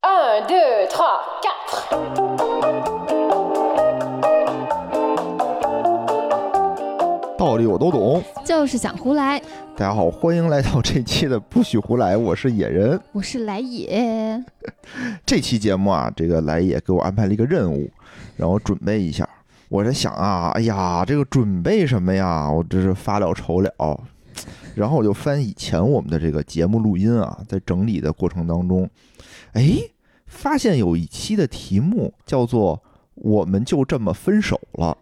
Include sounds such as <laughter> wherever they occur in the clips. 1, 2, 3, 4. “道理我都懂”。就是想胡来，大家好，欢迎来到这期的《不许胡来》，我是野人。我是来也。这期节目啊，这个来也给我安排了一个任务，让我准备一下。我在想啊，哎呀，这个准备什么呀？我这是发了愁了。然后我就翻以前我们的这个节目录音啊，在整理的过程当中，哎，发现有一期的题目叫做“我们就这么分手了” 。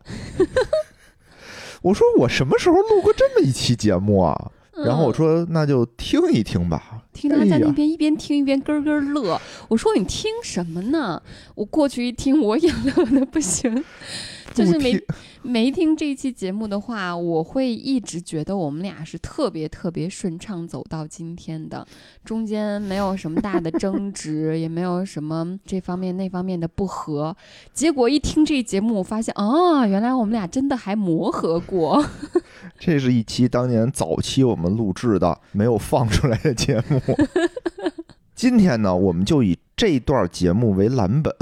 我说我什么时候录过这么一期节目啊？然后我嗯说那就听一听吧。 <laughs> 听他在哎那呀边一边听一边咯咯乐，我说你听什么呢？我过去一听，我也乐的不 <laughs> 行。就是不没听没听这期节目的话，我会一直觉得我们俩是特别特别顺畅走到今天的，中间没有什么大的争 <laughs> 执，也没有什么这方面那方面的不和。结果一听这节目，我发现啊，原来我们俩真的还磨合过。这是一期当年早期我们录制的没有放出来的节 <laughs> 目。今天呢，我们就以这段节目为蓝本，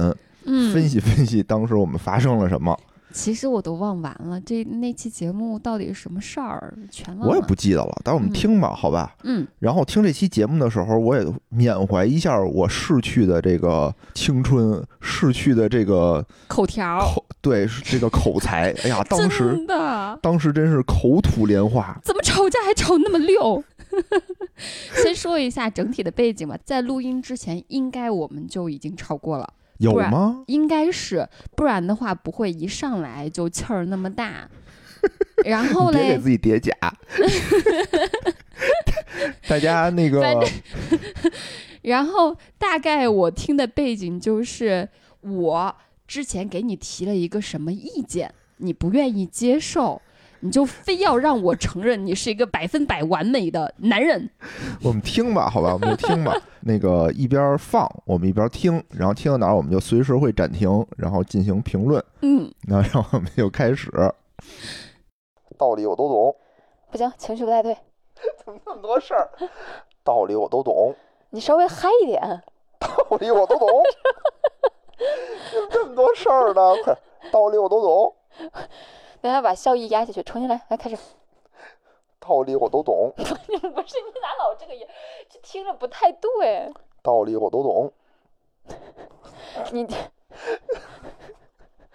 嗯，分析分析当时我们发生了什么。其实我都忘完了，这那期节目到底是什么事儿，全忘了。我也不记得了，但我们嗯听吧，好吧。嗯，然后听这期节目的时候，我也缅怀一下我逝去的这个青春，逝去的这个口条儿，口，对这个口才。哎呀，当时真的 <laughs> 当时真是口吐莲花。怎么吵架还吵那么溜？ <laughs> 先说一下整体的背景吧，在录音之前，应该我们就已经吵过了，有不然吗？应该是，不然的话不会一上来就气儿那么 <laughs> 大。然后你别给嘞，自己叠 <laughs> 假。大家那个反正然后大概我听的背景就是我之前给你提了一个什么意见，你不愿意接受，你就非要让我承认你是一个百分百完美的男人。我们听吧，好吧，我们就听 <laughs> 吧。那个一边放，我们一边听，然后听到哪儿我们就随时会暂停，然后进行评论。嗯，那让我们就开始。道理我都懂，不行，情绪不太对，怎么 <laughs> 那么多事儿？道理我都 <laughs> 懂，你稍微嗨一点。道理我都懂， <laughs> 怎么这么多事儿呢？快，道理我都懂，等下把笑意压下去，重新来，来开始。道理我都懂， <laughs> 不是，你咋老这个音？这听着不太对。道理我都懂。你不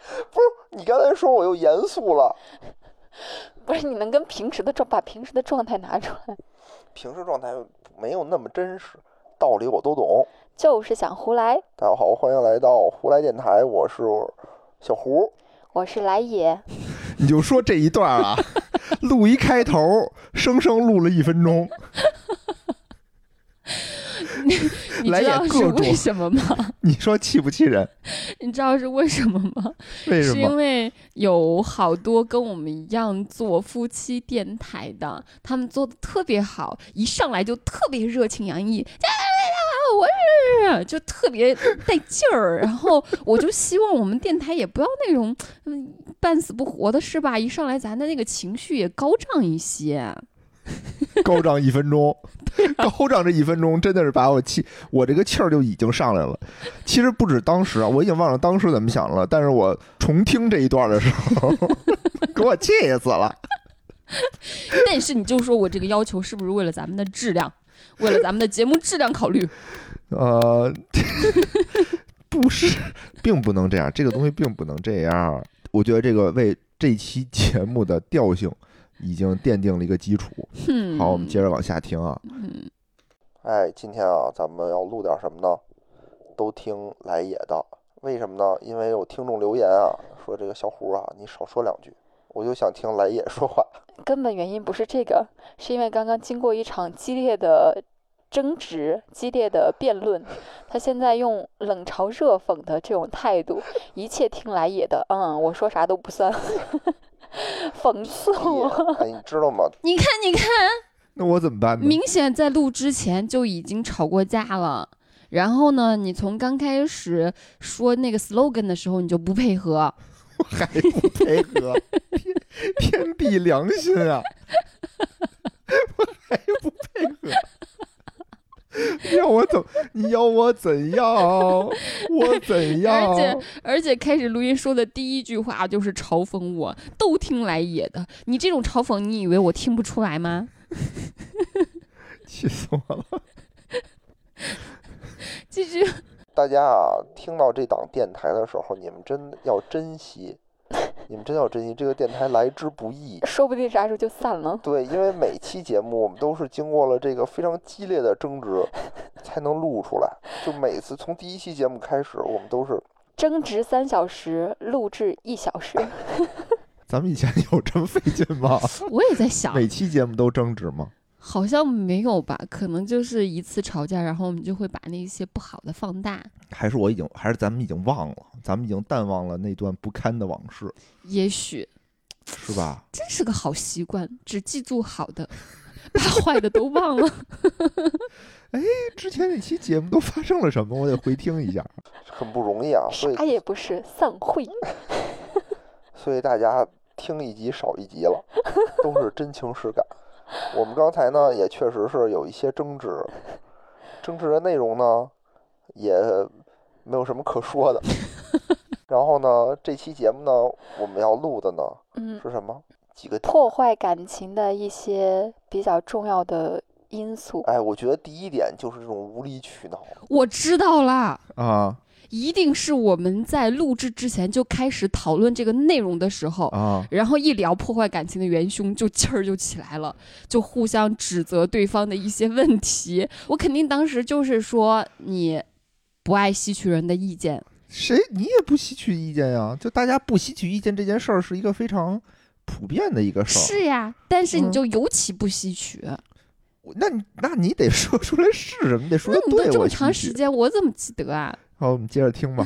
是，你刚才说我又严肃了。不是，你能跟平时的状把平时的状态拿出来，平时状态没有那么真实，道理我都懂。就是想胡来。大家好，欢迎来到胡来电台，我是小胡。我是来也， <laughs> 你就说这一段啊，录一开头，生生录了一分钟。你来知也道是各种为什么吗？ <laughs> 你说气不气人？你知道是为什么吗？为什是因么？为有好多跟我们一样做夫妻电台的，他们做的特别好，一上来就特别热情洋溢。啊我是就特别带劲儿，然后我就希望我们电台也不要那种嗯半死不活的，是吧？一上来咱的那个情绪也高涨一些。高涨一分 <laughs> 钟，啊高涨这一分钟真的是把我气，我这个气儿就已经上来了。其实不止当时啊，我已经忘了当时怎么想了，但是我重听这一段的时候， <laughs> 给我气死了。但是你就说我这个要求是不是为了咱们的质量，为了咱们的节目质量考虑？呃， <laughs> 不是，并不能这样，这个东西并不能这样。我觉得这个为这期节目的调性已经奠定了一个基础。哼，好，我们接着往下听啊。嗯，哎，今天啊，咱们要录点什么呢？都听来也的，为什么呢？因为有听众留言啊，说这个小胡啊，你少说两句，我就想听来也说话。根本原因不是这个，是因为刚刚经过一场激烈的争执、激烈的辩论，他现在用冷嘲热讽的这种态度，一切听来也的，嗯，我说啥都不算， <laughs> 讽刺我。哎，你知道吗？你看，你看。那我怎么办呢？明显在录之前就已经吵过架了。然后呢，你从刚开始说那个 slogan 的时候，你就不配合，还不哎 <laughs> 配合，天天地良心啊！我还不配合，你要我怎？你要我怎样？我怎样？而且而且开始录音说的第一句话就是嘲讽我，都听来也的。你这种嘲讽，你以为我听不出来吗？气死我了！其实大家啊，听到这档电台的时候，你们真的要 <laughs> 珍惜，你们真要珍惜这个电台来之不易。说不定啥时候就散了。对，因为每期节目我们都是经过了这个非常激烈的 <laughs> 争执，才能录出来。就每次从第一期节目开始，我们都是争执三小时，录制一小时。咱们以前有这么费劲吗？ <laughs> 我也在想，每期节目都争执吗？好像没有吧，可能就是一次吵架，然后我们就会把那些不好的放大，还是我已经，还是咱们已经忘了，咱们已经淡忘了那段不堪的往事，也许是吧？真是个好习惯，只记住好的，把坏的都忘了。 <laughs> 哎之前那期节目都发生了什么？我得回听一下。很不容易啊，所以啥也不是，散会。所以大家听一集少一集了，都是真情实感。我们刚才呢，也确实是有一些争执，争执的内容呢，也没有什么可说的。然后呢，这期节目呢，我们要录的呢嗯，是什么？几个点破坏感情的一些比较重要的因素。哎，我觉得第一点就是这种无理取闹。我知道啦，啊一定是我们在录制之前就开始讨论这个内容的时候，啊！然后一聊破坏感情的元凶，就气儿就起来了，就互相指责对方的一些问题。我肯定当时就是说你不爱吸取人的意见，谁你也不吸取意见呀？就大家不吸取意见这件事儿是一个非常普遍的一个事儿。是呀，但是你嗯就尤其不吸取。那你那你得说出来是什么？你得说那的你对都这我么吸长取时间，我怎么记得啊？好，我们接着听吧，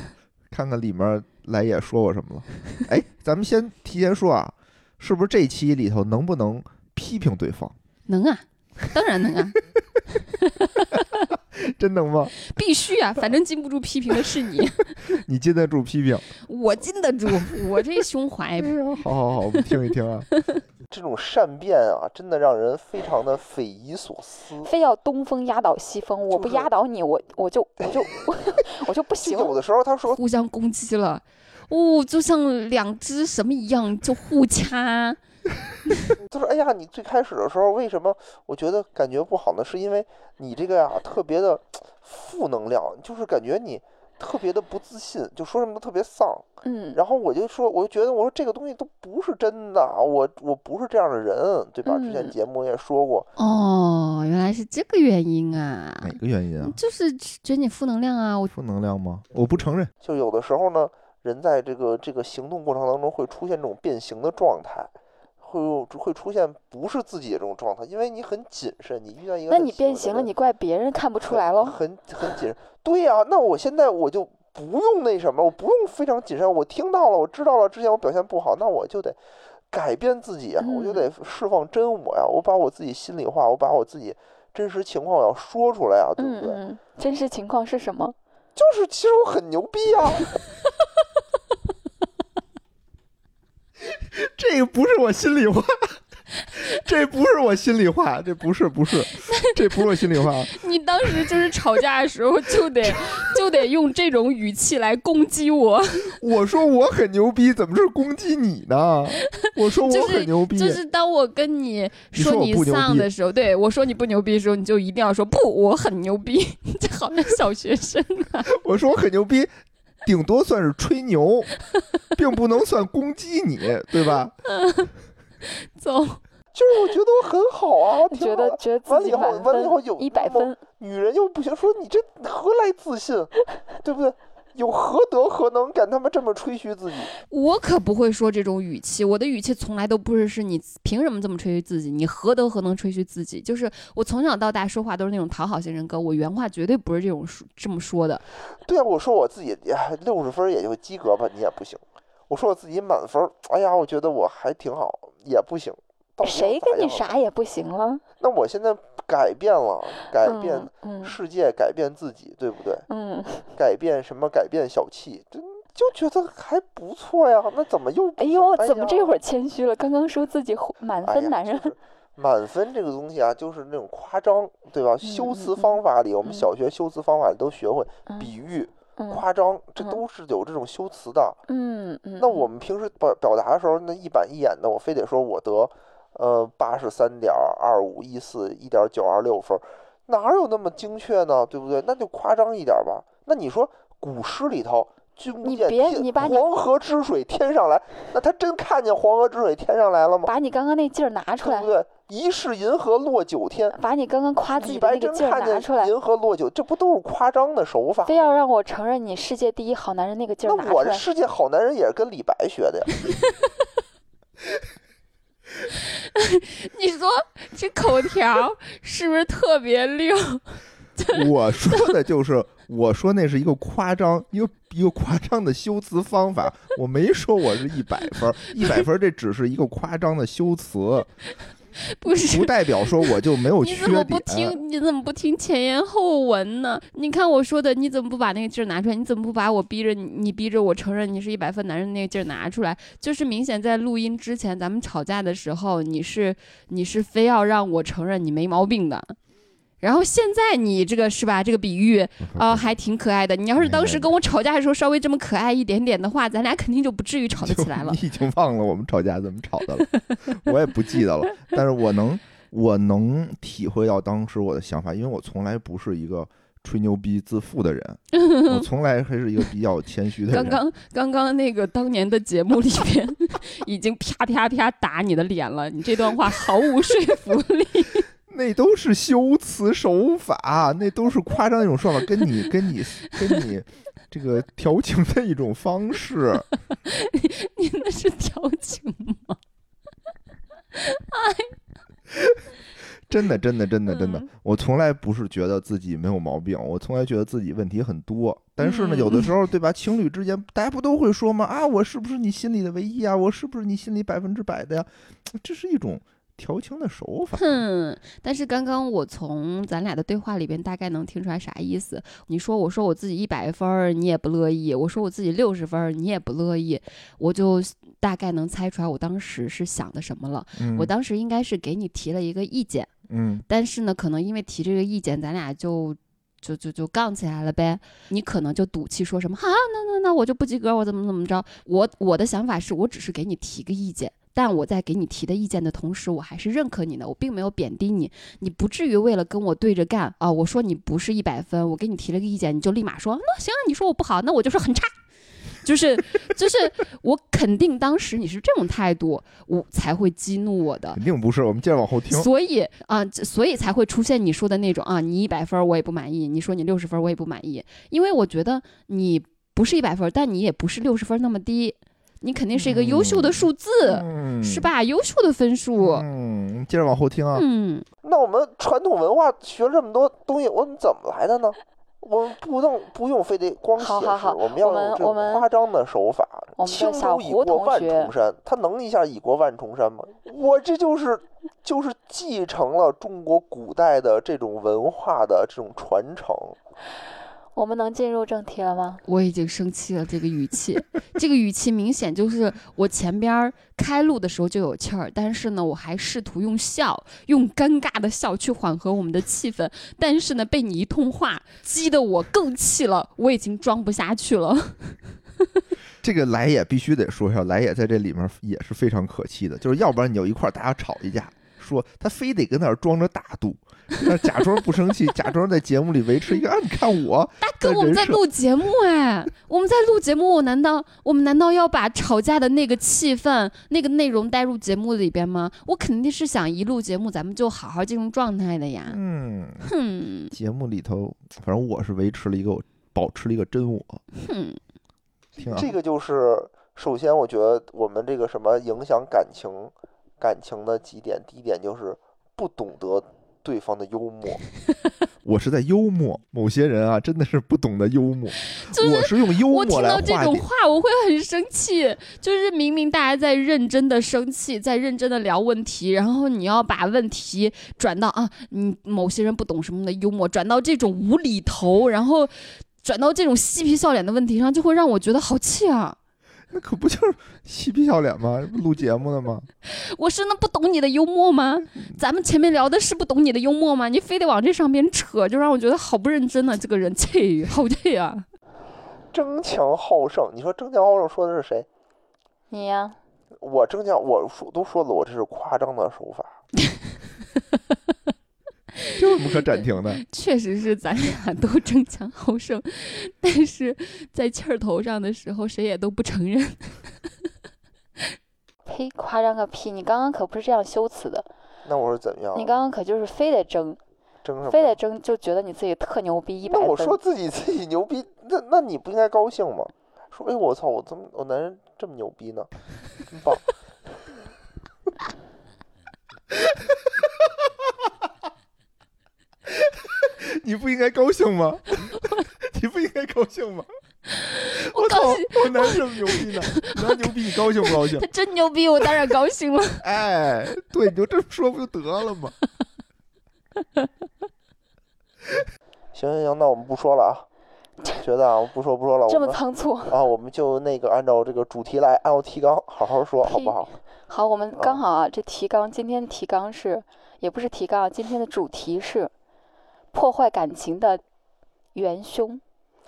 看看里面来也说过什么了。哎，咱们先提前说啊，是不是这期里头能不能批评对方？ <laughs> 能啊， <laughs> 当然能啊，真能吗？必须啊，反正经不住批评的是 <laughs> 你，你经得住批评？我经得住，我这胸怀哎。呀，好好好，我们听一听啊。这种善变啊，真的让人非常的匪夷所思。非要东风压倒西风，我就不是压倒你，我我就我 <laughs> 就我就不就行。有的时候他说互相攻击了，哦，就像两只什么一样，就互掐。他说：“哎呀，你最开始的时候为什么我觉得感觉不好呢？是因为你这个呀、特别的负能量，就是感觉你特别的不自信，就说什么都特别丧。嗯，然后我就说，我就觉得我说这个东西都不是真的，啊我我不是这样的人，对吧？之前嗯节目也说过，哦，原来是这个原因啊，哪个原因啊？就是觉得你负能量啊， <laughs> 我负能量吗？我不承认。就有的时候呢，人在这个这个行动过程当中会出现这种变形的状态。”会有会出现不是自己的这种状态，因为你很谨慎，你遇到一个那很你喜欢变的形了，人你怪别人看不出很来喽。很很谨慎。对呀、那我现在我就不用那什么，我不用非常谨慎。我听到了，我知道了，之前我表现不好，那我就得改变自己啊，我就嗯得释放真我呀、我把我自己心里话，我把我自己真实情况我要说出来啊，对嗯不对？嗯，真实情况是什么？就是其实我很牛逼啊，这个不是我心里话， <laughs> 这不是我心里话，这不是不 <laughs> 是，这不是我心里话。你当时就是吵架的时候就得 <laughs> 就得用这种语气来攻击我，我说我很牛逼，怎么是攻击你呢？我说我很牛逼，就是当我跟你你说我你不牛丧逼的时候，对我说你不牛逼的时候，你就一定要说不，我很牛逼， <laughs> 这好像小学生。我说我很牛逼，顶多算是吹牛，并不能算攻击你，对吧？走，就是我觉得我很好啊，挺觉好得的。觉得自完了以己后，满完了以后分有一百那么分，女人又不行，说你这何来自信，对不对？有何德何能敢他妈这么吹嘘自己？我可不会说这种语气，我的语气从来都不是是你凭什么这么吹嘘自己，你何德何能吹嘘自己？就是我从小到大说话都是那种讨好型人格，我原话绝对不是这种说这么说的。对啊，我说我自己六十分儿也就及格吧，你也不行。我说我自己满分儿，哎呀，我觉得我还挺好，也不行。到底要谁咋跟你样呢？啥也不行了？那我现在改变了，改哎变嗯嗯世界，改变自己，对不对？嗯，改变什么？改变小气，真就觉得还不错呀。那怎么又不哎行呦，怎么这呀会儿谦虚了？刚刚说自己满哎呀分男 <laughs> 就人，是满分这个东西啊，就是那种夸张，对吧？修辞方法里，我们嗯小学修辞方法里都学会嗯比喻、嗯夸张，这嗯都是有这种修辞的。嗯嗯，那我们平时表表达的时候，那一板一眼的，我非得说我得呃八十三点二五一四一点九二六分儿，哪有那么精确呢？对不对？那就夸张一点儿吧。那你说古诗里头。君不你见别天你把你黄河之水天上来，那他真看见黄河之水天上来了吗？把你刚刚那劲儿拿出对来不，对？疑是银河落九天，把你刚刚夸自李己的白那个真劲儿看拿出来见，银河落九，这不都是夸张的手法非？要让我承认你世界第一好男人那个劲那儿拿出我这来，世界好男人也是跟李白学的呀。你说这口条是不是特别溜？我说的就是，我说那是一个夸张，一个一个夸张的修辞方法。我没说我是一百分儿，一百分儿这只是一个夸张的修辞， <laughs> 不是不，代表说我就没有你缺怎么不 <laughs> 点。听？你怎么不听前言后文呢？你看我说的，你怎么不把那个劲儿拿出来？你怎么不把我逼着你，你逼着我承认你是一百分男人那个劲儿拿出来？就是明显在录音之前咱们吵架的时候，你是你是非要让我承认你没毛病的。然后现在你这个是吧？这个比喻啊、还挺可爱的。你要是当时跟我吵架的时候稍微这么可爱一点点的话，咱俩肯定就不至于吵得就起来了你。已经忘了我们吵架怎么吵的了，我也不记得了。但是我能，我能体会到当时我的想法，因为我从来不是一个吹牛逼自负 <laughs> 的人，我从来还是一个比较谦虚的人。刚刚刚刚那个当年的节目里边 <laughs> 已经啪啪啪打你的脸了，你这段话毫无说服力。那都是修辞手法，那都是夸张的一种说法，跟你跟你跟你这个调情的一种方式。你那是调情吗？真的，真的，真的，真的嗯，我从来不是觉得自己没有毛病，我从来觉得自己问题很多。但是呢，嗯有的时候，对吧？情侣之间，大家不都会说吗？啊，我是不是你心里的唯一啊？我是不是你心里百分之百的呀？这是一种调情的手法。哼，但是刚刚我从咱俩的对话里边大概能听出来啥意思。你说我说我自己一百分儿，你也不乐意；我说我自己六十分儿，你也不乐意。我就大概能猜出来我当时是想的什么了。嗯，我当时应该是给你提了一个意见。嗯但是呢，可能因为提这个意见，咱俩就就就就杠起来了呗。你可能就赌气说什么啊，那那那我就不及格，我怎么怎么着？我我的想法是我只是给你提个意见。但我在给你提的意见的同时，我还是认可你的，我并没有贬低你，你不至于为了跟我对着干啊！我说你不是一百分，我给你提了个意见，你就立马说那行啊，你说我不好，那我就说很差，就是就是我肯定当时你是这种态度，我才会激怒我的。肯定不是。我们接着往后听。所以啊、这所以才会出现你说的那种啊，你一百分儿我也不满意，你说你六十分儿我也不满意，因为我觉得你不是一百分儿，但你也不是六十分儿那么低，你肯定是一个优秀的数字，嗯，是？吧？优秀的分数，嗯，接着往后听啊。嗯，那我们传统文化学了这么多东西，我们怎么来的呢？我们不用不用非得光写实，好好好我们要我们用这我种们夸张的手法。我们轻的小舟已胡过同万学重山，他能一下已过万重山吗？我这就是就是继承了中国古代的这种文化的这种传承。我们能进入正题了吗？我已经生气了，这个语气， <laughs> 这个语气明显就是我前边儿开录的时候就有气儿，但是呢，我还试图用笑，用尴尬的笑去缓和我们的气氛，但是呢，被你一通话激得我更气了，我已经装不下去了。这个来也必须得说一下，来也在这里面也是非常可气的，就是要不然你就一块儿大家吵一架，说他非得跟那儿装着大度，那假装不生气， <laughs> 假装在节目里维持一个啊，你看我大哥，我们在录节目哎，我们在录节目，我难道我们难道要把吵架的那个气氛、那个内容带入节目里边吗？我肯定是想一录节目，咱们就好好进入状态的呀。嗯，哼节目里头，反正我是维持了一个保持了一个真我，哼，听啊，这个就是首先，我觉得我们这个什么影响感情感情的几点，第一点就是不懂得对方的幽默。我是在幽默，某些人啊真的是不懂得幽默， <laughs> 就是我是用幽我默听来到化这种解，话，我会很生气。就是明明大家在认真的生气，在认真的聊问题，然后你要把问题转到啊，你某些人不懂什么的幽默，转到这种无厘头，然后转到这种嬉皮笑脸的问题上，就会让我觉得好气啊。那可不就是嬉皮笑脸吗？这不录节目呢吗？我是那不懂你的幽默吗？咱们前面聊的是不懂你的幽默吗？你非得往这上边扯，就让我觉得好不认真啊！这个人气，好气啊！争强好胜，你说争强好胜说的是谁？你呀，我争强，我说都说了，我这是夸张的手法。这有什么可暂停的？确实是咱俩都争强好胜，但是在气儿头上的时候，谁也都不承认。 <laughs> 呸，夸张个屁！你刚刚可不是这样修辞的，那我是怎么样？你刚刚可就是非得争，争什么？非得争就觉得你自己特牛逼一百那我分说。自己自己牛逼，那那你不应该高兴吗？说哎我操，我这么我男人这么牛逼呢，真棒！你不应该高兴吗？ <laughs> 你不应该高兴 <laughs> 吗？我操！高兴我男这么牛逼呢？男牛逼，你高兴 <laughs> 不高兴他？真牛逼，我当然高兴了。 <laughs> 哎，对，你就这么说不就得了吗？行行行，那我们不说了啊，觉得啊，我不说不说了，我这么们仓促， <laughs> 啊，我们就那个按照这个主题来，按照提纲好好说，好不好？好，我们啊刚好啊，这提纲今天提纲是，也不是提纲啊，今天的主题是破坏感情的元凶，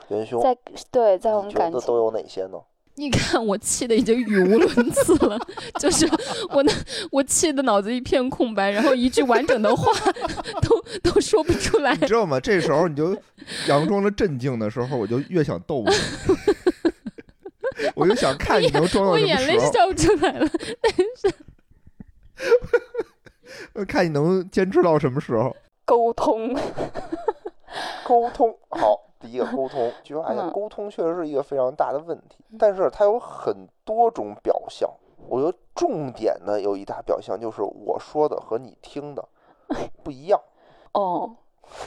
元凶，在对，在我们你觉感得情都有哪些呢？你看我气的已经语无伦次了， <laughs> 就是我那我气的脑子一片空白，然后一句完整的话都 <laughs> 都说不出来你。知道吗？这时候你就佯装着镇静的时候，我就越想逗你， <laughs> 我就想看你能装到我什眼泪么时笑不出来了，候，看你能坚持到什么时候。沟通。 <laughs> 沟通好，第一个沟通，就发现嗯沟通确实是一个非常大的问题，但是它有很多种表象。我觉得重点呢有一大表象就是我说的和你 <laughs> 听的不一样。哦，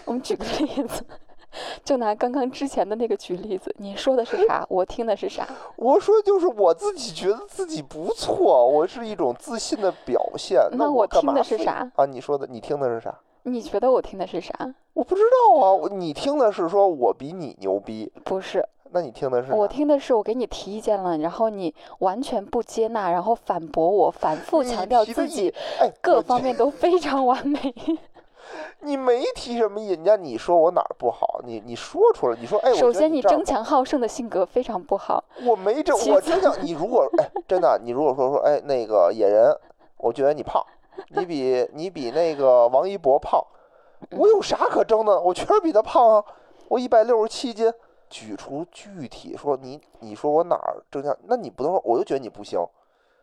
我们举个例子， <laughs> 就拿刚刚之前的那个举例子，你说的是 <laughs> 啥？我听的是啥？我说就是我自己觉得自己不错，我是一种自信的表现。那我我干听嘛的是非啥啊？你说的，你听的是啥？你觉得我听的是啥？我不知道啊，我你听的是说我比你牛逼，不是，那你听的是啥我听的是我给你提意见了，然后你完全不接纳，然后反驳我，反复你强调提的自意己哎，各我方面都非常完美。你没提什么意，人家你说我哪儿不好，你你说出来，你说哎，我首觉得先，你你这样争强好胜的性格非常不好。我没这，其我次真的，你如果哎，真的，你如果说说哎，那个野人，我觉得你胖，你比你比那个王一 <laughs> 博胖，我有啥可争的？我确实比他胖啊，我一百六十七斤。举出具体说你，你说我哪儿争强？那你不能说，我就觉得你不行，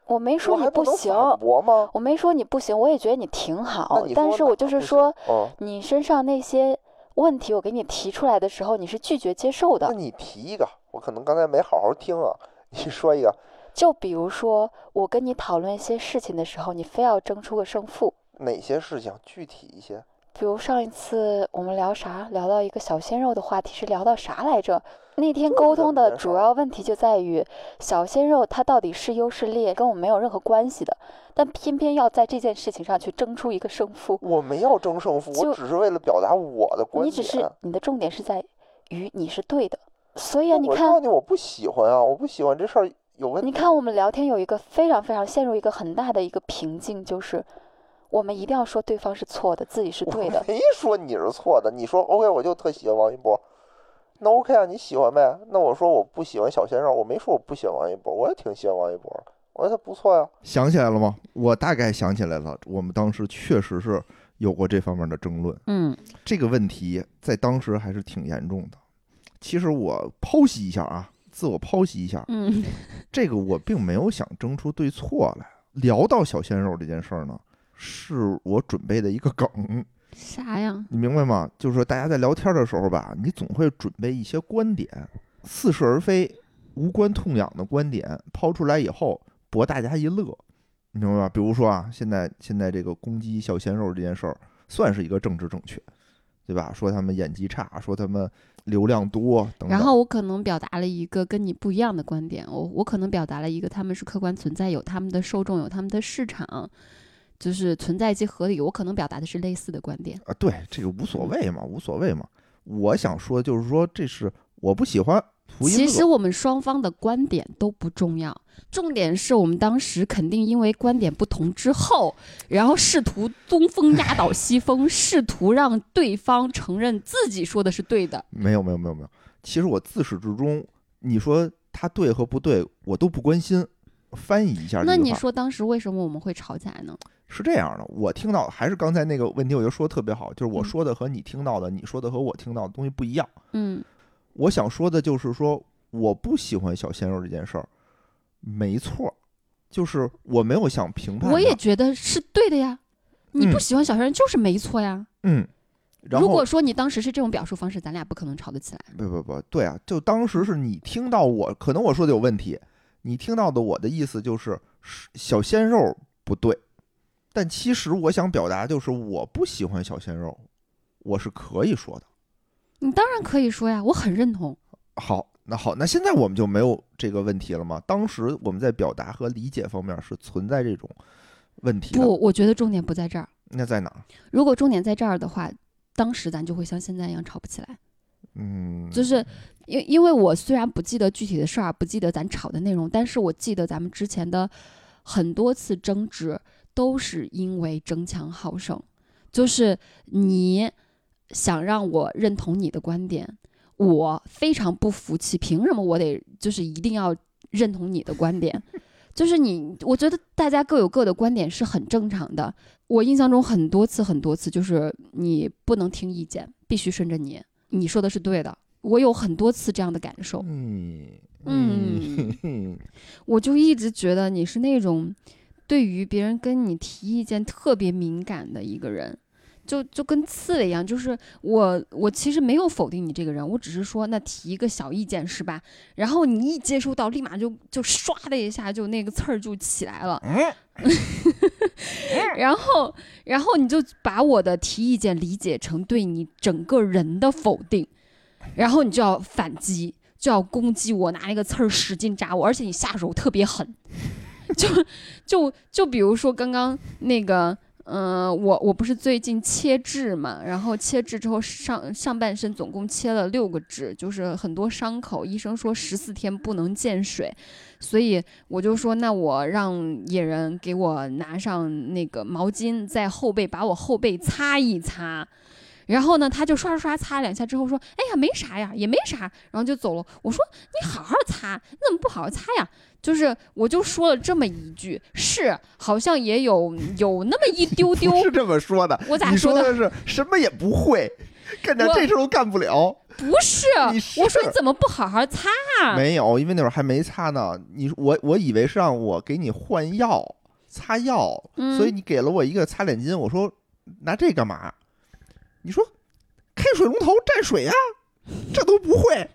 我没说我你还不能行，反驳吗？我没说你不行，我也觉得你挺好那你，但说是哪我儿就是不行说，，嗯，你身上那些问题，我给你提出来的时候，你是拒绝接受那的。你提一个，我可能刚才没好好听啊，你说一个，就比如说，我跟你讨论一些事情的时候，你非要争出个胜负。哪些事情具体一些？比如上一次我们聊啥，聊到一个小鲜肉的话题，是聊到啥来着？那天就是沟通这么的件事主儿要问题就在于小鲜肉他到底是优是劣，跟我没有任何关系的，但偏偏要在这件事情上去争出一个胜负。我没要争胜负，就我只是为了表达我的观你点。只是你的重点是在于你是对的，所以啊，你我告诉看，你，我不喜欢啊，我不喜欢这事儿有问题。你看我们聊天有一个非常非常陷入一个很大的一个瓶颈，就是我们一定要说对方是错的，自己是我对的。没说你是错的，你说 OK，我就特喜欢王一博，那 OK 啊，你喜欢呗。那我说我不喜欢小鲜肉，我没说我不喜欢王一博，我也挺喜欢王一博的，我觉得他不错呀、想起来了吗？我大概想起来了，我们当时确实是有过这方面的争论。嗯，这个问题在当时还是挺严重的。其实我剖析一下啊，自我剖析一下，嗯，这个我并没有想争出对错来。聊到小鲜肉这件事儿呢，是我准备的一个梗，啥呀？你明白吗？就是说大家在聊天的时候吧，你总会准备一些观点，似是而非、无关痛痒的观点抛出来以后，博大家一乐，你明白吧？比如说啊，现在现在这个攻击小鲜肉这件事儿，算是一个政治正确，对吧？说他们演技差，说他们流量多等等。然后我可能表达了一个跟你不一样的观点，我我可能表达了一个他们是客观存在，有他们的受众，有他们的市场，就是存在即合理。我可能表达的是类似的观点。啊，对，这个无所谓嘛，无所谓嘛。我想说就是说，这是我不喜欢，图一其乐实我们双方的观点都不重要，重点是我们当时肯定因为观点不同之后，然后试图东风压倒西风，试图让对方承认自己说的是对 <laughs> 的。没有没有没有没有，其实我自始至终，你说他对和不对，我都不关心。翻译一下这句那话，你说当时为什么我们会吵起来呢？是这样的，我听到还是刚才那个问题，我觉得说的特别好，就是我嗯说的和你听到的，你说的和我听到的东西不一样。嗯我想说的就是说，我不喜欢小鲜肉这件事儿，没错儿，就是我没有想评判他，我也觉得是对的呀。你不嗯喜欢小学人就是没错呀。嗯。然如后果说你当时是这种表述方式，咱俩不可能吵得起来。不不不，对啊，就当时是你听到我，可能我说的有问题，你听到的我的意思就是是小鲜肉不对，但其实我想表达就是我不喜欢小鲜肉，我是可以说的。你当然可以说呀，我很认同。好，那好，那现在我们就没有这个问题了吗？当时我们在表达和理解方面是存在这种问题的，不，我觉得重点不在这儿。那在哪儿？如果重点在这儿的话，当时咱就会像现在一样吵不起来。嗯，就是因因为我虽然不记得具体的事儿，啊不记得咱吵的内容，但是我记得咱们之前的很多次争执都是因为争强好胜，就是你想让我认同你的观点，我非常不服气，凭什么我得就是一定要认同你的观点？ <laughs> 就是你，我觉得大家各有各的观点是很正常的。我印象中很多次很多次，就是你不能听意见，必须顺着你，你说的是对的。我有很多次这样的感受，嗯嗯嗯，我就一直觉得你是那种对于别人跟你提意见特别敏感的一个人，就就跟刺猬一样。就是我我其实没有否定你这个人，我只是说那提一个小意见是吧？然后你一接收到，立马就就唰的一下就那个刺儿就起来了，然后然后你就把我的提意见理解成对你整个人的否定，然后你就要反击，就要攻击我，拿那个刺儿使劲扎我，而且你下手特别狠， <laughs> 就就就比如说刚刚那个。嗯、我我不是最近切痣嘛，然后切痣之后上上半身总共切了六个痣，就是很多伤口，医生说十四天不能见水，所以我就说，那我让野人给我拿上那个毛巾，在后背把我后背擦一擦。然后呢，他就刷刷刷擦两下之后说：“哎呀，没啥呀，也没啥。”然后就走了。我说：“你好好擦，你怎么不好好擦呀？”就是我就说了这么一句，是好像也有有那么一丢丢 <laughs> 不，是这么说的，我咋你说说的的是什么也不会，干点我这事儿都干不了。不是？你我说你是怎么不好好擦？啊没有，因为那会儿还没擦呢。你我我以为是让我给你换药擦药，嗯所以你给了我一个擦脸巾。我说拿这干嘛？你说开水龙头蘸水呀、这都不会。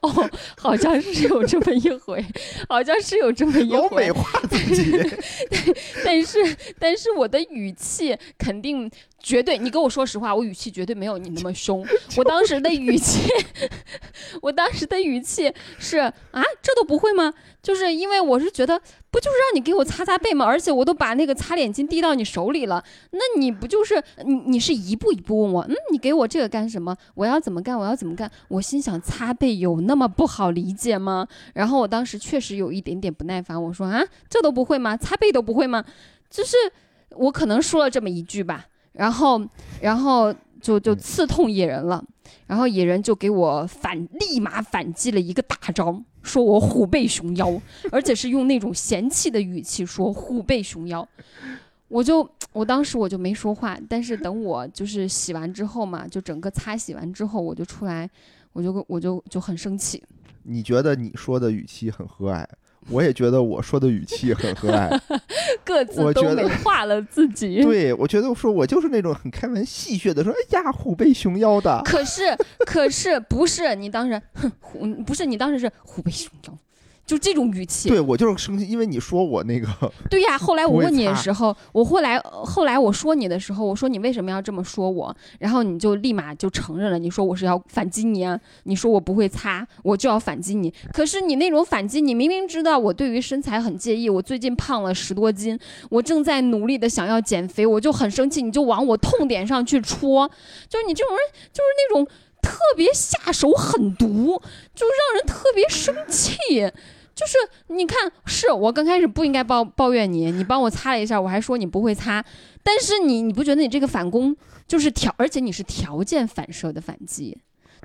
哦，好像是有这么一回， <laughs> 好像是有这么一老回美。化自己， <laughs> <laughs> 但是，但是我的语气肯定绝对，你跟我说实话，我语气绝对没有你那么凶。我当时的语气， <laughs> 我当时的语气是啊，这都不会吗？就是因为我是觉得，不就是让你给我擦擦背吗？而且我都把那个擦脸巾递到你手里了，那你不就是你你是一步一步问我，嗯，你给我这个干什么？我要怎么干？我要怎么干？我心想，擦背有那么不好理解吗？然后我当时确实有一点点不耐烦，我说啊，这都不会吗？擦背都不会吗？就是我可能说了这么一句吧，然后，然后就嗯就刺痛野人了，然后野人就给我反，立马反击了一个大招，说我虎背熊腰，而且是用那种嫌弃的语气说虎背熊腰。我就我当时我就没说话，但是等我就是洗完之后嘛，就整个擦洗完之后，我就出来，我就我就就很生气，你觉得你说的语气很和蔼，我也觉得我说的语气很和 <laughs> 蔼。各自我都觉得美化了自己。对，我觉得说我就是那种很开玩戏谑的说，哎呀，虎背熊腰的。可是， <laughs> 可是不是你当时，哼，虎不是你当时是虎背熊腰，就这种语气。对我就是生气，因为你说我那个，对呀、后来不我会问你的擦时候，我后来后来我说你的时候，我说你为什么要这么说我？然后你就立马就承认了，你说我是要反击你啊，你说我不会擦，我就要反击你。可是你那种反击，你明明知道我对于身材很介意，我最近胖了十多斤，我正在努力的想要减肥，我就很生气，你就往我痛点上去戳，就是你这种人，就是那种。特别下手狠毒，就让人特别生气。就是你看，是我刚开始不应该抱抱怨你，你帮我擦了一下，我还说你不会擦，但是你你不觉得你这个反攻就是条，而且你是条件反射的反击，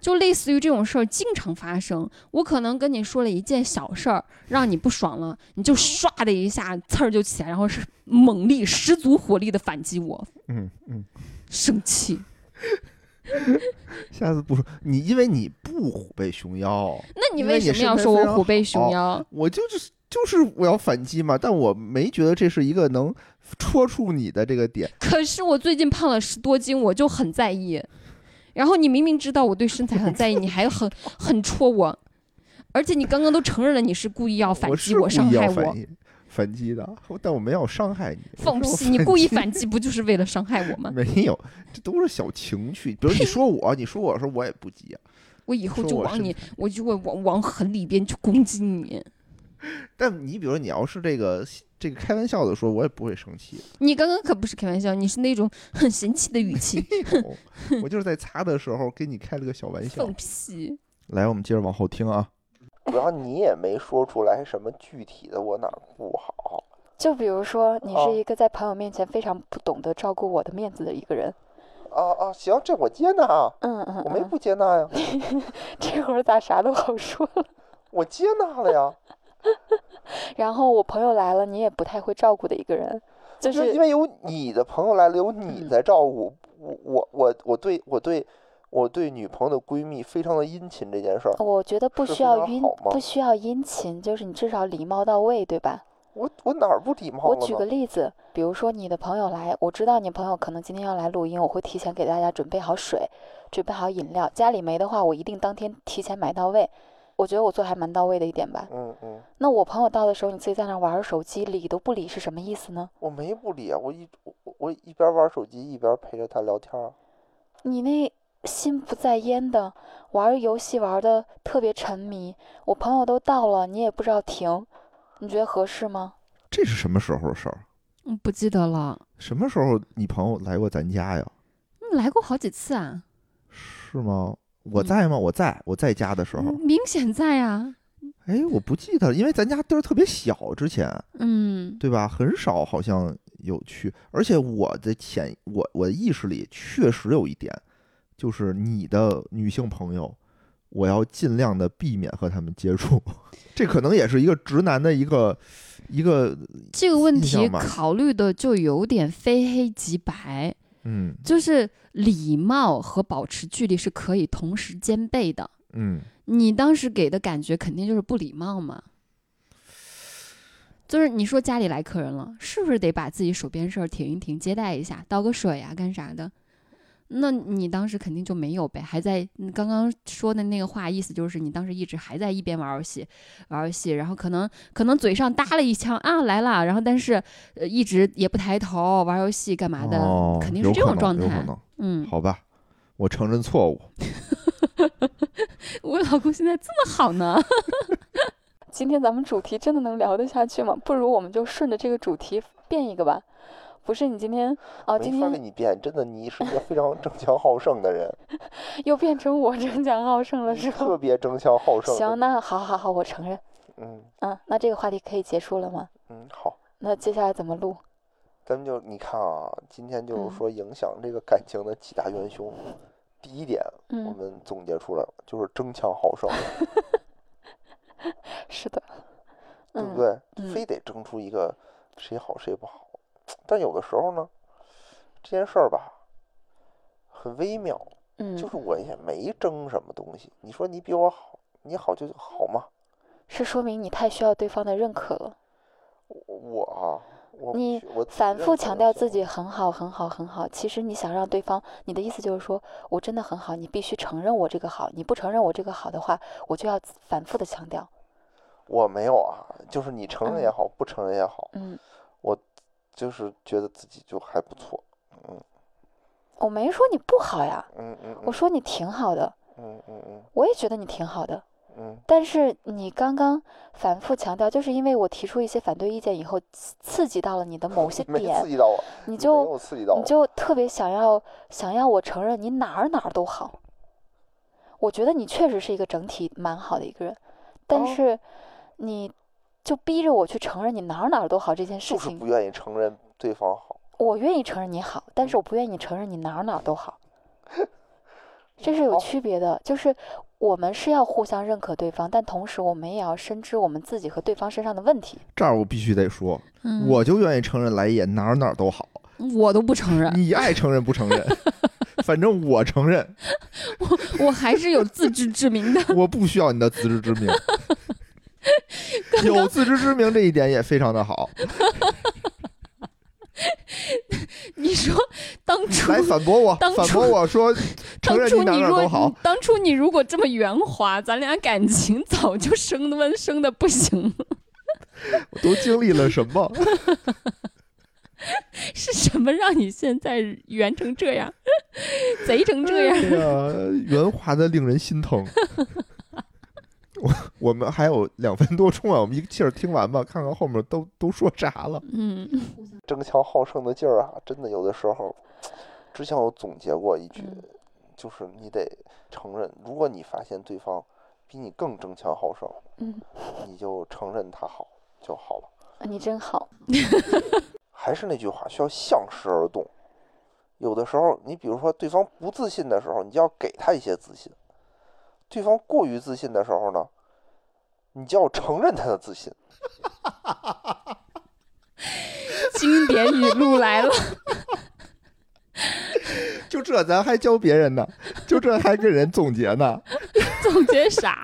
就类似于这种事儿经常发生。我可能跟你说了一件小事儿，让你不爽了，你就唰的一下刺儿就起来，然后是猛力十足火力的反击我，嗯嗯，生气。下次不说你，因为你不虎背熊腰，那你因为为你哦什么身要材说非我常虎背熊好腰？我就是就是我要反击嘛，但我没觉得这是一个能戳出你的这个点。可是我最近胖了十多斤，我就很在意。然后你明明知道我对身材很在意，你还很很戳我，而且你刚刚都承认了你是故意要反我击是故伤意要害反我。击反击的，但我没有伤害你。我放没有屁！你故意击反击不就是为了伤害我 <laughs> 吗？没有，这都是小情绪。比如你说我，你说我的时候，我也不急啊。我以后说就我往身你，我就会往往狠里边去攻击你。但你比如你要是这个这个开玩笑的说，我也不会 <laughs> 生气。你刚刚可不是开玩笑，你是那种很嫌弃的语 <laughs> 气，啊我就是在擦的时候跟你开了个小玩笑放。屁！来，我们接着往后听啊。然后你也没说出来什么具体的我哪儿不好，就比如说，你哦是一个在朋友面前非常不懂得照顾我的面子的一个人。啊啊，行，这我接纳啊，嗯嗯，我没嗯不接纳呀，这会儿咋啥都好说了。我接纳了呀，然后我朋友来了，你也不太会照顾的一个人，就就是是因为有你的朋友来了，有你嗯在照顾我，我我我对我对我对女朋友的闺蜜非常的殷勤这件事儿，我觉得不是需非要常殷好吗不需要殷勤，就是你至少礼貌到位，对吧？我哦我哪儿不礼貌我了举个吗？例子，比如说你的朋友来，我知道你朋友可能今天要来录音，我会提前给大家准备好水，准备好饮料。家里没的话，我一定当天提前买到位。我觉得我做还蛮到位的一点吧。嗯嗯，那我朋友到的时候，你自己在那玩儿手机，理都不理是什么意思呢？我没不理啊，我一我我我一边玩手机一边陪着她聊天儿，你那心不在焉的玩儿游戏玩的特别沉迷，我朋友都到了，你也不知道停，你觉得合适吗？这是什么时候的事儿？嗯，不记得了，什么时候你朋友来过咱家呀？你来过好几次啊，是吗？我在吗？我在，我在家的时候。嗯明显在啊，哎，我不记得了，因为咱家地儿特别小，之前嗯，对吧？很少好像有去，而且我的潜我我的意识里确实有一点，就是你的女性朋友，我要尽量的避免和他们接触。 <laughs> 这可能也是一个直男的一个一个这个问印题象吧考虑的就有点非黑即白，嗯就是礼貌和保持距离是可以同时兼备的。嗯，你当时给的感觉肯定就是不礼貌嘛，就是你说家里来客人了，是不是得把自己手边事儿停一停，接待一下，倒个水呀、干啥的？那你当时肯定就没有呗，还在你刚刚说的那个话，意思就是你当时一直还在一边玩游戏，玩游戏，然后可能可能嘴上搭了一枪啊来了，然后但是呃一直也不抬头玩游戏干嘛的，哦肯定有是这可种能状有可态。能，嗯，好吧，我承认错误。我老公现在这么好呢。今天咱们主题真的能聊得下去吗？不如我们就顺着这个主题变一个吧。不是你今天哦，今没法给天你变，真的，你是一个非常争强好胜的人，又变成我争强好胜了，你是吧特？别争强好胜的行，人，那好好好，我承认。嗯嗯，那这个话题可以结束了吗？嗯，好。那接下来怎么录？咱们就你看啊，今天就是嗯说影响这个感情的几大元凶。第一点，我嗯，们总结出来了，就是争强好胜，是的，对不嗯，对？嗯非得争出一个谁好谁不好。但有的时候呢，这件事儿吧，很微妙，就嗯，是我也没争什么东西。你说你比我好，你好就好嘛。是说明你太需要对方的认可了。我我啊，我不你需我自反认复可强就调行自了己很好，很好，很好。其实你想让对方，你的意思就是说我真的很好，你必须承认我这个好。你不承认我这个好的话，我就要反复的强调。我没有啊，就是你承认也嗯好，不承认也好，嗯，就是觉得自己就还不错。嗯我没说你不好呀，嗯嗯，我说你挺好的，嗯嗯嗯我也觉得你挺好的。嗯但是你刚刚反复强调，就是因为我提出一些反对意见以后，刺刺激到了你的某些嗯， <laughs> 没刺点，激到我，你没就有刺激到你我，就特别想要想要我承认你哪儿哪儿都好，我觉得你确实是一个整体蛮好的一个人，但哦是你就逼着我去承认你哪儿哪儿都好这件事就是情不，愿意承认对方好。我愿意承认你好，但是嗯我不愿意承认你哪儿哪儿都 <laughs> 好，这是有好区别的。就是我们是要互相认可对方，但同时我们也要深知我们自己和对方身上的问题。这儿我必须得说，嗯啊我就愿意承认来也哪儿哪儿都好，我都不承 <laughs> 认，你爱承认不 <laughs> 承认，反正我承认，我还是有自知之明的。 <laughs> 我不需要你的自知之明。刚有自知之明这一点也非常的好，你说当初来反驳我，当初反驳我说承当认初哪儿哪儿若都好，当初你如果这么圆滑，咱俩感情早就升温升的不行了。 <laughs> 我都经历了什么？是什么让你现在圆成这样， <laughs> 贼成这样？ <laughs> 哎呀，圆滑的令人心疼。 <laughs> 我我们还有两分多钟啊，我们一气儿听完吧，看看后面都都说啥了。嗯争强好胜的劲儿啊，真的有的时候，之前我总结过一句，嗯就是你得承认，如果你发现对方比你更争强好胜，嗯，你就承认他好就好了。啊你真好，还是那句话，需要向时而动。有的时候，你比如说对方不自信的时候，你就要给他一些自信；对方过于自信的时候呢，你就要承认他的自信。经典语录来了，就这，咱还教别人呢？就这还跟人总结呢？ <laughs> 总结啥？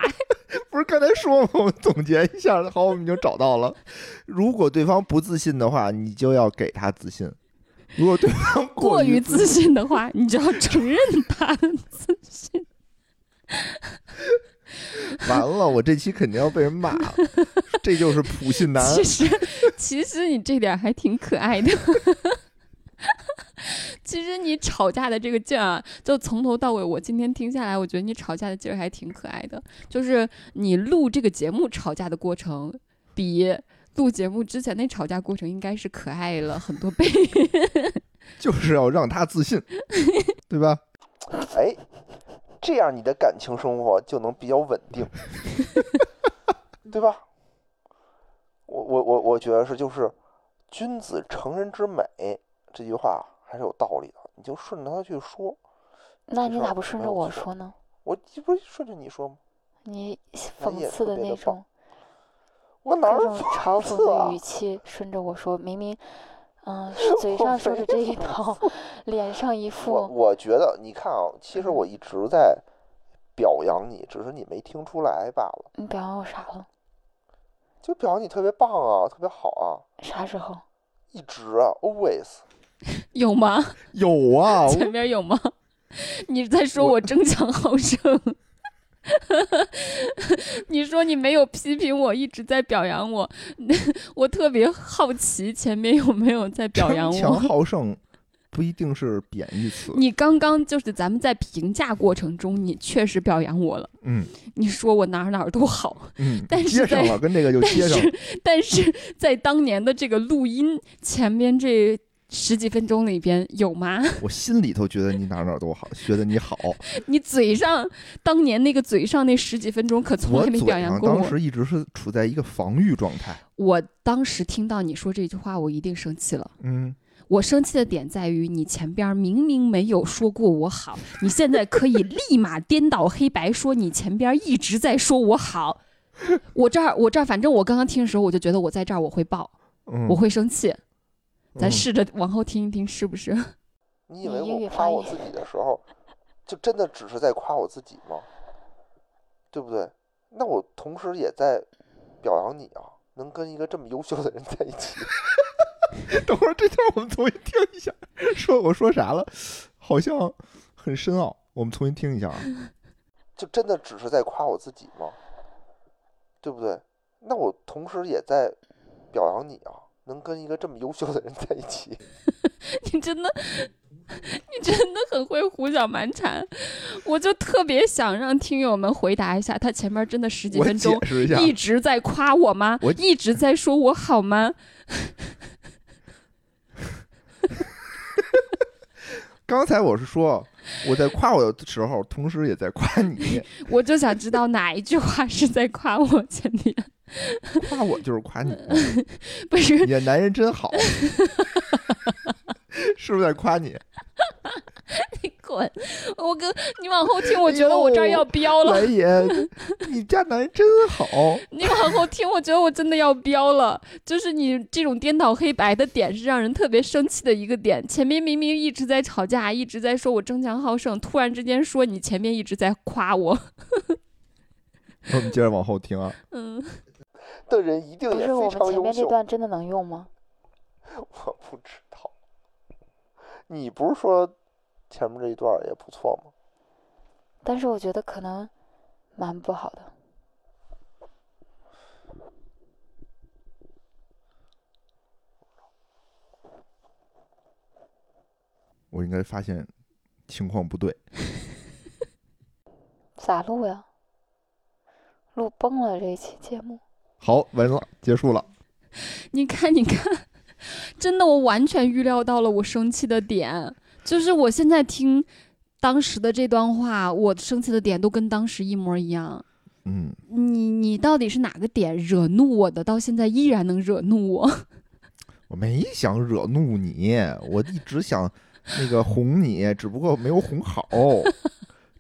不是刚才说吗？我总结一下，好，我们就找到了。如果对方不自信的话，你就要给他自信；如果对方 <laughs> 过于于自信的话，你就要承认他的自信。完了，我这期肯定要被人骂了。这就是普信男，其实，其实你这点还挺可爱的。 <laughs> 其实你吵架的这个劲儿啊，就从头到尾，我今天听下来，我觉得你吵架的劲儿还挺可爱的。就是你录这个节目吵架的过程，比录节目之前那吵架过程应该是可爱了很多倍。 <laughs> 就是要让他自信，对吧？哎，这样你的感情生活就能比较稳 <laughs> 定，对吧？我我我我觉得是，就是“君子成人之美”这句话还是有道理的，你就顺着他去说。那你这事儿咋不顺没着有我错说呢？我这不是顺着你说吗？你咱讽也刺特的别那地棒种我哪各儿种嘲讽讽刺啊的语气，顺着我说，明明， <laughs> 嗯，是嘴我上说没着这一 <laughs> 套，脸上一我副，我觉得，你看啊，其实嗯我一直在表扬你，只是你没听出来罢了。你表扬我啥了？就表扬你特别棒啊，特别好啊，啥时候？一直啊，always。有吗？有啊，我前面有吗？你在说我我争强好胜？ <laughs> 你说你没有批评我，一直在表扬我， <laughs> 我特别好奇前面有没有在 <laughs> 表扬争强我。好胜不一定是贬义词。你刚刚就是咱们在评价过程中，你确实表扬我了，嗯你说我哪儿哪儿都好， <laughs> 嗯，但是接上在了，跟这个就但接上了。是，但是在当年的这个录音前面这十几分钟里边，有吗？我心里头觉得你哪儿哪儿都好，觉得你好。你嘴上当年那个嘴上那十几分钟可从我来没嘴表扬上过当我。时一直是处在一个防御状态。我当时听到你说这句话，我一定生气了。嗯，我生气的点在于，你前边明明没有说过我好，你现在可以立马颠倒黑白，说你前边一直在说我好。我这儿，我这儿，反正我刚刚听的时候，我就觉得我在这儿我会爆，嗯我会生气。咱嗯试着往后听一听，是不是？你你以为英语我发夸我音自 <laughs> 己的时候，就真的只是在夸我自己吗？对不对？那我同时也在表扬你啊，能跟一个这么优秀的人在一起， <laughs> 等会儿这段我们重新听一下，说我说啥了，好像很深奥。我们重新听一下啊。就真的只是在夸我自己吗？对不对？那我同时也在表扬你啊，能跟一个这么优秀的人在一起，你真的，你真的很会胡搅蛮缠。我就特别想让听友们回答一下，他前面真的十几我分钟解释一下，一直在夸我吗？我一直在说我好吗？刚才我是说我在夸我的时候，同时也在夸你，我就想知道哪一句话是在夸我前天，夸我就是夸你， <laughs> 不是你的男人 <laughs> 真好，是不是在夸你？你滚！我跟你往后听，我觉得我哎这儿要飙了。来也，你家男人真好，你往后听，我觉得我真的要飙了。就是你这种颠倒黑白的点，是让人特别生气的一个点。前面明明一直在吵架，一直在说我争强好胜，突然之间说你前面一直在夸我，我们接着往后听啊。嗯，的人一定不也是我们非常前优面这秀。段真的能用吗？我不知道，你不是说前面这一段儿也不错吗？但是我觉得可能蛮不好的。我应该发现情况不对，咋录呀？录崩了这一期节目，好，完了，结束了。你看，你看，真的，我完全预料到了我生气的点，就是我现在听当时的这段话，我生气的点都跟当时一模一样。嗯，你你到底是哪个点惹怒我的？到现在依然能惹怒我？我没想惹怒 <laughs> 你，我一直想那个哄你，只不过没有 <laughs> 哄好，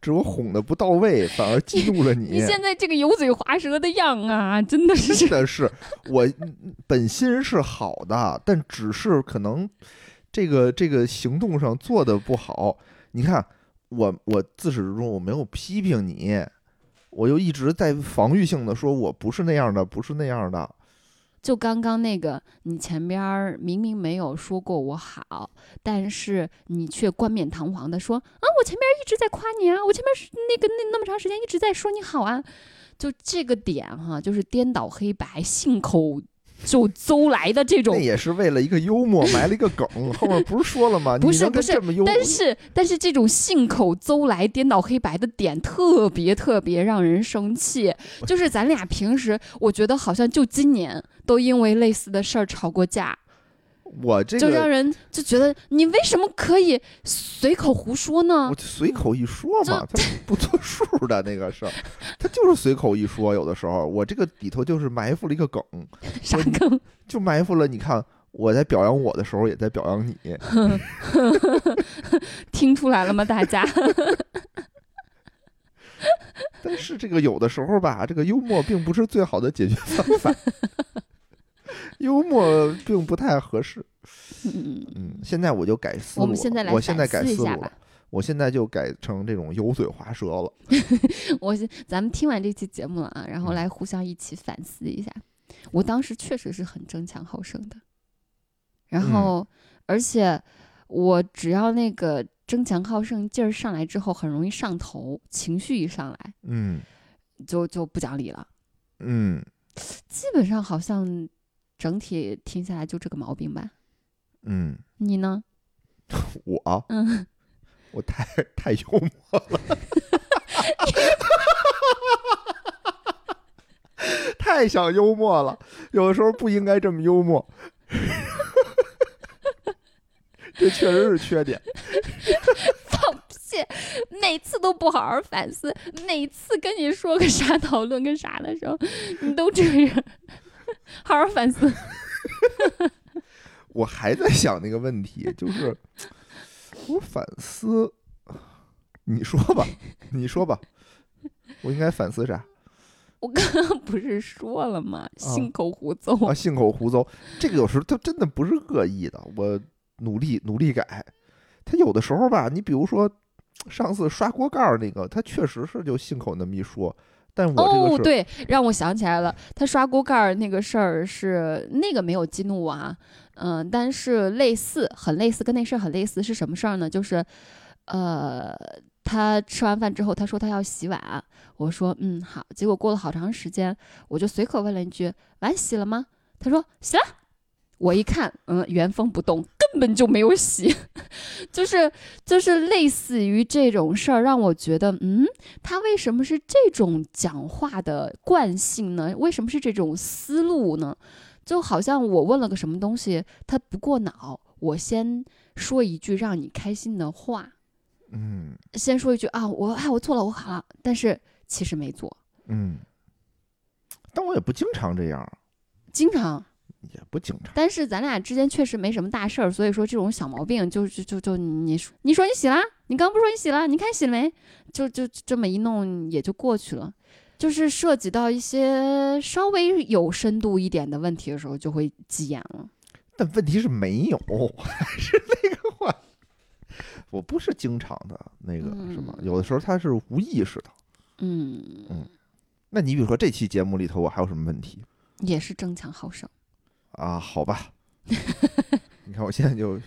只不过哄的不到位，反而激怒了你现在这个油嘴滑舌的样啊，真的真是的是，我嗯本心是好的，但只是可能这个这个行动上做的不好。你看，我我自始至终我没有批评你，我就一直在防御性的说我不是那样的，不是那样的。 <laughs> 就刚刚那个，你前边儿明明没有说过我好，但是你却冠冕堂皇的说啊，我前边儿一直在夸你啊，我前面儿是那个那那么长时间一直在说你好啊，就这个点哈，就是颠倒黑白、信口就诌来的这种那。也是为了一个幽默埋了一个梗，<laughs> 后面不是说了吗？不你是能不跟是这么幽默，但是，但是这种信口诌来、颠倒黑白的点，特别特别让人生气。就是咱俩平时，我觉得好像就今年都因为类似的事儿吵过架。我这就让个人就觉得你为什么可以随口胡说呢我？就随口一说嘛，他不作数的那个是，他就是随口一说。有的时候我这个里头就是埋伏了一个梗。啥梗？就埋伏了。你看我在表扬我的时候，也在表 <laughs> 扬你。听出来了吗？大家但是这个有的时候吧，这个幽默并不是最好的解决方法，幽默并不太合适。 <laughs> 嗯，嗯，现在我就改思路我了，们现在来我现在反改思一思下路吧了。。我现在就改成这种油嘴滑舌了。我先咱们听完这期节目了啊，然后嗯来互相一起反思一下。我当时确实是很争强好胜的，然嗯后、而且我只要那个争强好胜劲儿上来之后，很容易上头，情绪一上来嗯就就不讲理了。嗯基本上好像整体听下来就这个毛病吧。嗯，你呢？ <laughs> 我啊嗯。我太太幽默了，太想幽默了，有的时候不应该这么幽默， <laughs> 这确实是缺点。放屁！每次都不好好反思，每次跟你说个啥讨论跟啥的时候，你都这样。 <laughs> 好好反思，我还在想那个问题，就是我反思，你说吧，你说吧，我应该反思啥？我刚刚不是说了吗？信口胡诌。啊，信口胡诌，这个有时候他真的不是恶意的，我努力努力改。他有的时候吧，你比如说上次刷锅盖儿那个，他确实是就信口那么一说，但我这哦，个是、对，让我想起来了，他刷锅盖儿那个事儿是那个没有激怒我啊，嗯、但是类似，很类似，跟那事儿很类似，是什么事儿呢？就是，呃，他吃完饭之后，他说他要洗碗，我说嗯好，结果过了好长时间，我就随口问了一句：“碗洗了吗？”他说：“洗了。”我一看，嗯，原封不动，根本就没有洗， <laughs> 就是就是类似于这种事儿，让我觉得，嗯，他为什么是这种讲话的惯性呢？为什么是这种思路呢？就好像我问了个什么东西，他不过脑，我先说一句让你开心的话，嗯先说一句啊，我哎我错了，我好了，但是其实没做，嗯，但我也不经常这样，经常。也不经常。但是咱俩之间确实没什么大事儿，所以说这种小毛病就就就就你说你说你洗啦，你刚不说你洗啦，你看洗了没？就就就这么一弄也就过去了。就是涉及到一些稍微有深度一点的问题的时候，就会急眼了。但问题是没有，还是那个话，我不是经常的那个什么，嗯有的时候他是无意识的。嗯，那你比如说这期节目里头，我还有什么问题也是争强好胜。啊？好吧， <laughs> 你看我现在就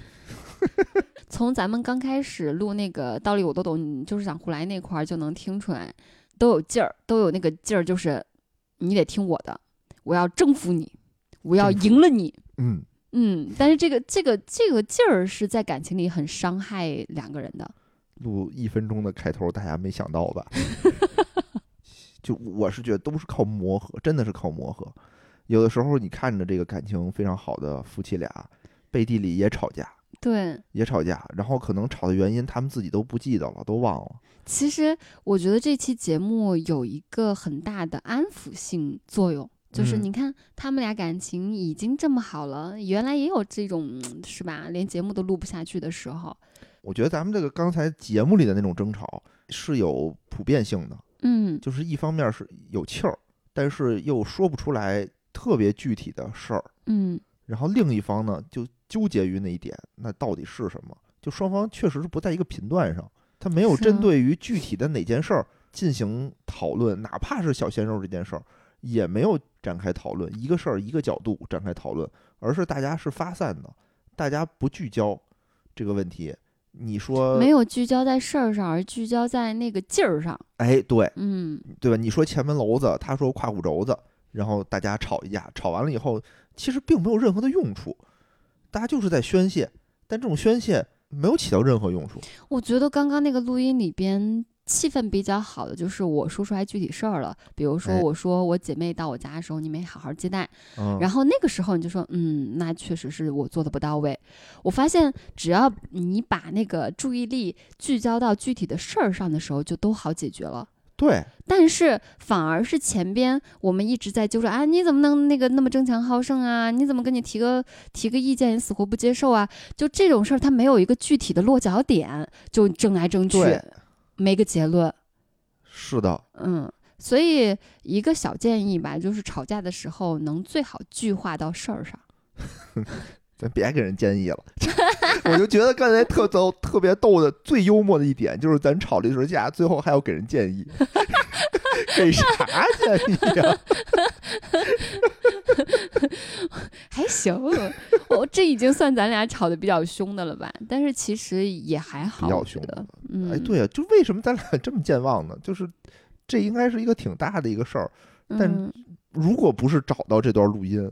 从咱们刚开始录那个道理我都懂，你就是想胡来那块儿就能听出来，都有劲儿，都有那个劲儿，就是你得听我的，我要征服你，我要征服赢了你。嗯，嗯，但是这个这个这个劲儿是在感情里很伤害两个人的。录一分钟的开头，大家没想到吧？就我是觉得都是靠磨合，真的是靠磨合。有的时候你看着这个感情非常好的夫妻俩，背地里也吵架，对，也吵架，然后可能吵的原因他们自己都不记得了，都忘了。其实我觉得这期节目有一个很大的安抚性作用，就是嗯你看他们俩感情已经这么好了，原来也有这种嗯是吧？连节目都录不下去的时候，我觉得咱们这个刚才节目里的那种争吵是有普遍性的，嗯，就是一方面是有气儿，但是又说不出来特别具体的事儿，嗯，然后另一方呢就纠结于那一点，那到底是什么？就双方确实是不在一个频段上，他没有是啊针对于具体的哪件事儿进行讨论，哪怕是小鲜肉这件事儿，也没有展开讨论，一个事儿一个角度展开讨论，而是大家是发散的，大家不聚焦这个问题。你说没有聚焦在事儿上，而聚焦在那个劲儿上，哎，对嗯，对吧？你说前门楼子，他说胯骨轴子，然后大家吵一架，吵完了以后，其实并没有任何的用处，大家就是在宣泄，但这种宣泄没有起到任何用处。我觉得刚刚那个录音里边气氛比较好的，就是我说出来具体事儿了，比如说哎我说我姐妹到我家的时候你没好好接待，嗯，然后那个时候你就说，嗯，那确实是我做的不到位。我发现只要你把那个注意力聚焦到具体的事儿上的时候，就都好解决了。对，但是反而是前边我们一直在揪着啊，你怎么能那个那么争强好胜啊？你怎么跟你提个提个意见，你死活不接受啊？就这种事儿，它没有一个具体的落脚点，就争来争去对，没个结论。是的，嗯，所以一个小建议吧，就是吵架的时候能最好具化到事儿 <laughs> 上。咱别给人建议了。 <laughs> 我就觉得刚才特逗、特别逗的、最幽默的一点，就是咱吵了一轮架，最后还要给人建议， <laughs> 给啥建议 <laughs> 啊？还行，我、这已经算咱俩吵得比较凶的了吧？但是其实也还好，比较我觉凶得的。嗯，哎，对啊，就为什么咱俩这么健忘呢？就是这应该是一个挺大的一个事儿，但嗯，如果不是找到这段录音，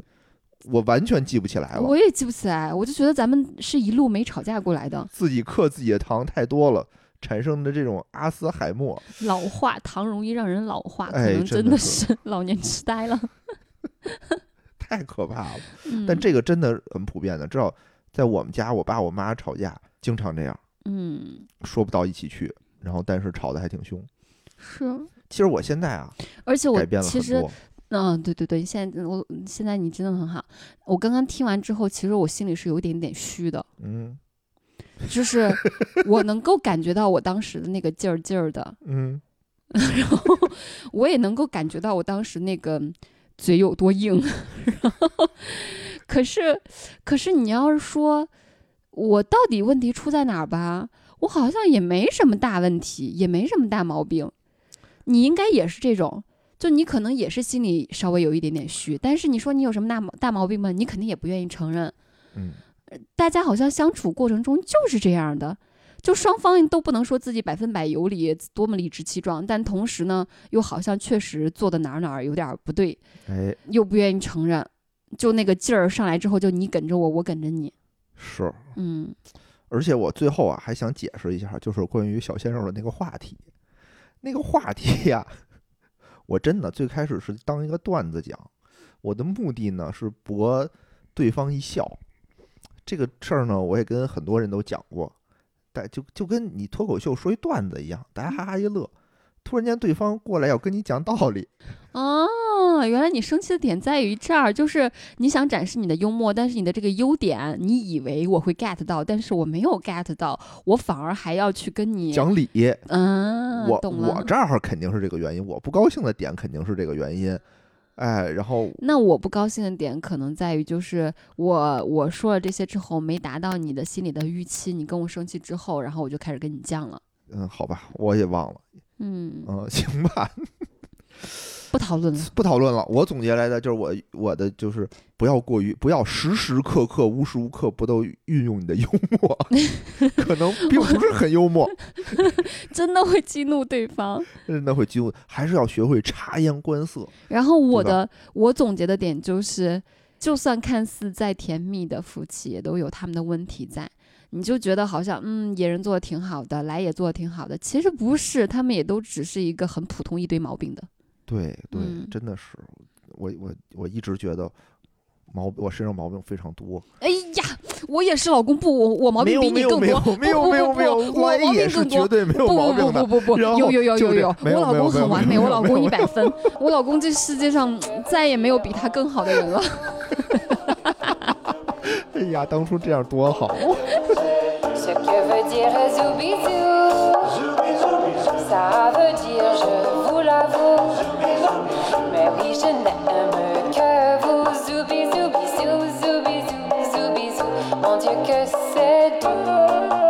我完全记不起来了我。也记不起来，我就觉得咱们是一路没吵架过来的。自己嗑自己的糖太多了，产生的这种阿斯海默。老化糖容易让人老化，可哎能真真的的是是 <laughs> 老年痴呆了。太可怕了，嗯，但这个真的很普遍的，至少在我们家，我爸我妈吵架经常这样，嗯说不到一起去，然后但是吵得还挺凶。是，啊其实我现在啊，而且我改变了其很实多。嗯，对对对，现在我现在你真的很好。我刚刚听完之后，其实我心里是有一点点虚的，嗯就是 <laughs> 我能够感觉到我当时的那个劲儿劲儿的，嗯，然后我也能够感觉到我当时那个嘴有多硬。 <laughs> 然后，可是，可是你要是说我到底问题出在哪儿吧，我好像也没什么大问题，也没什么大毛病。你应该也是这种，就你可能也是心里稍微有一点点虚，但是你说你有什么大毛大毛病吗？你肯定也不愿意承认。嗯，大家好像相处过程中就是这样的，就双方都不能说自己百分百有理，多么理直气壮，但同时呢，又好像确实做的哪儿哪儿有点儿不对，哎，又不愿意承认，就那个劲儿上来之后，就你跟着我，我跟着你，是。嗯而且我最后啊还想解释一下，就是关于小鲜肉的那个话题，那个话题呀、我真的最开始是当一个段子讲，我的目的呢是博对方一笑，这个事儿呢，我也跟很多人都讲过，但就就跟你脱口秀说一段子一样，大家哈哈一乐，突然间对方过来要跟你讲道理，哦，原来你生气的点在于这儿，就是你想展示你的幽默，但是你的这个优点，你以为我会 get 到，但是我没有 get 到，我反而还要去跟你讲理，嗯，我懂我了。这儿肯定是这个原因，我不高兴的点肯定是这个原因，哎，然后那我不高兴的点可能在于，就是我我说了这些之后没达到你的心里的预期，你跟我生气之后，然后我就开始跟你犟了。嗯，好吧，我也忘了，嗯，嗯， <laughs> 行吧，不讨论了。不讨论了。我总结来的就是我我的就是不要过于不要时时刻刻无时无刻不都运用你的幽默， <laughs> 可能并不是很幽默， <laughs> 真的会激怒对方。真的会激怒，还是要学会察言观色。然后我对吧的我总结的点就是，就算看似再甜蜜的夫妻，也都有他们的问题在。你就觉得好像嗯，野人做的挺好的，来也做的挺好的，其实不是，他们也都只是一个很普通一堆毛病的。对对，嗯真的是我我我一直觉得毛我身上毛病非常多，哎呀，我也是老公不，我我毛没病有比没你有更没有多。没有不没有不没有，不我我毛也病是更绝多对没有不毛病不的。不不不，然后有有有就有这有，没有我老没有公没有很完没美，有我老没有公一百分，我老公这世界上嗯再也没有比他更好的人了。哎呀，当初这样多好。 Ce que veut dire zoubizou Ça veut dire je vous l'avoue Mais oui je n'aime que vous Zoubi zoubi zou zoubi zou zoubi zou Mon Dieu que c'est doux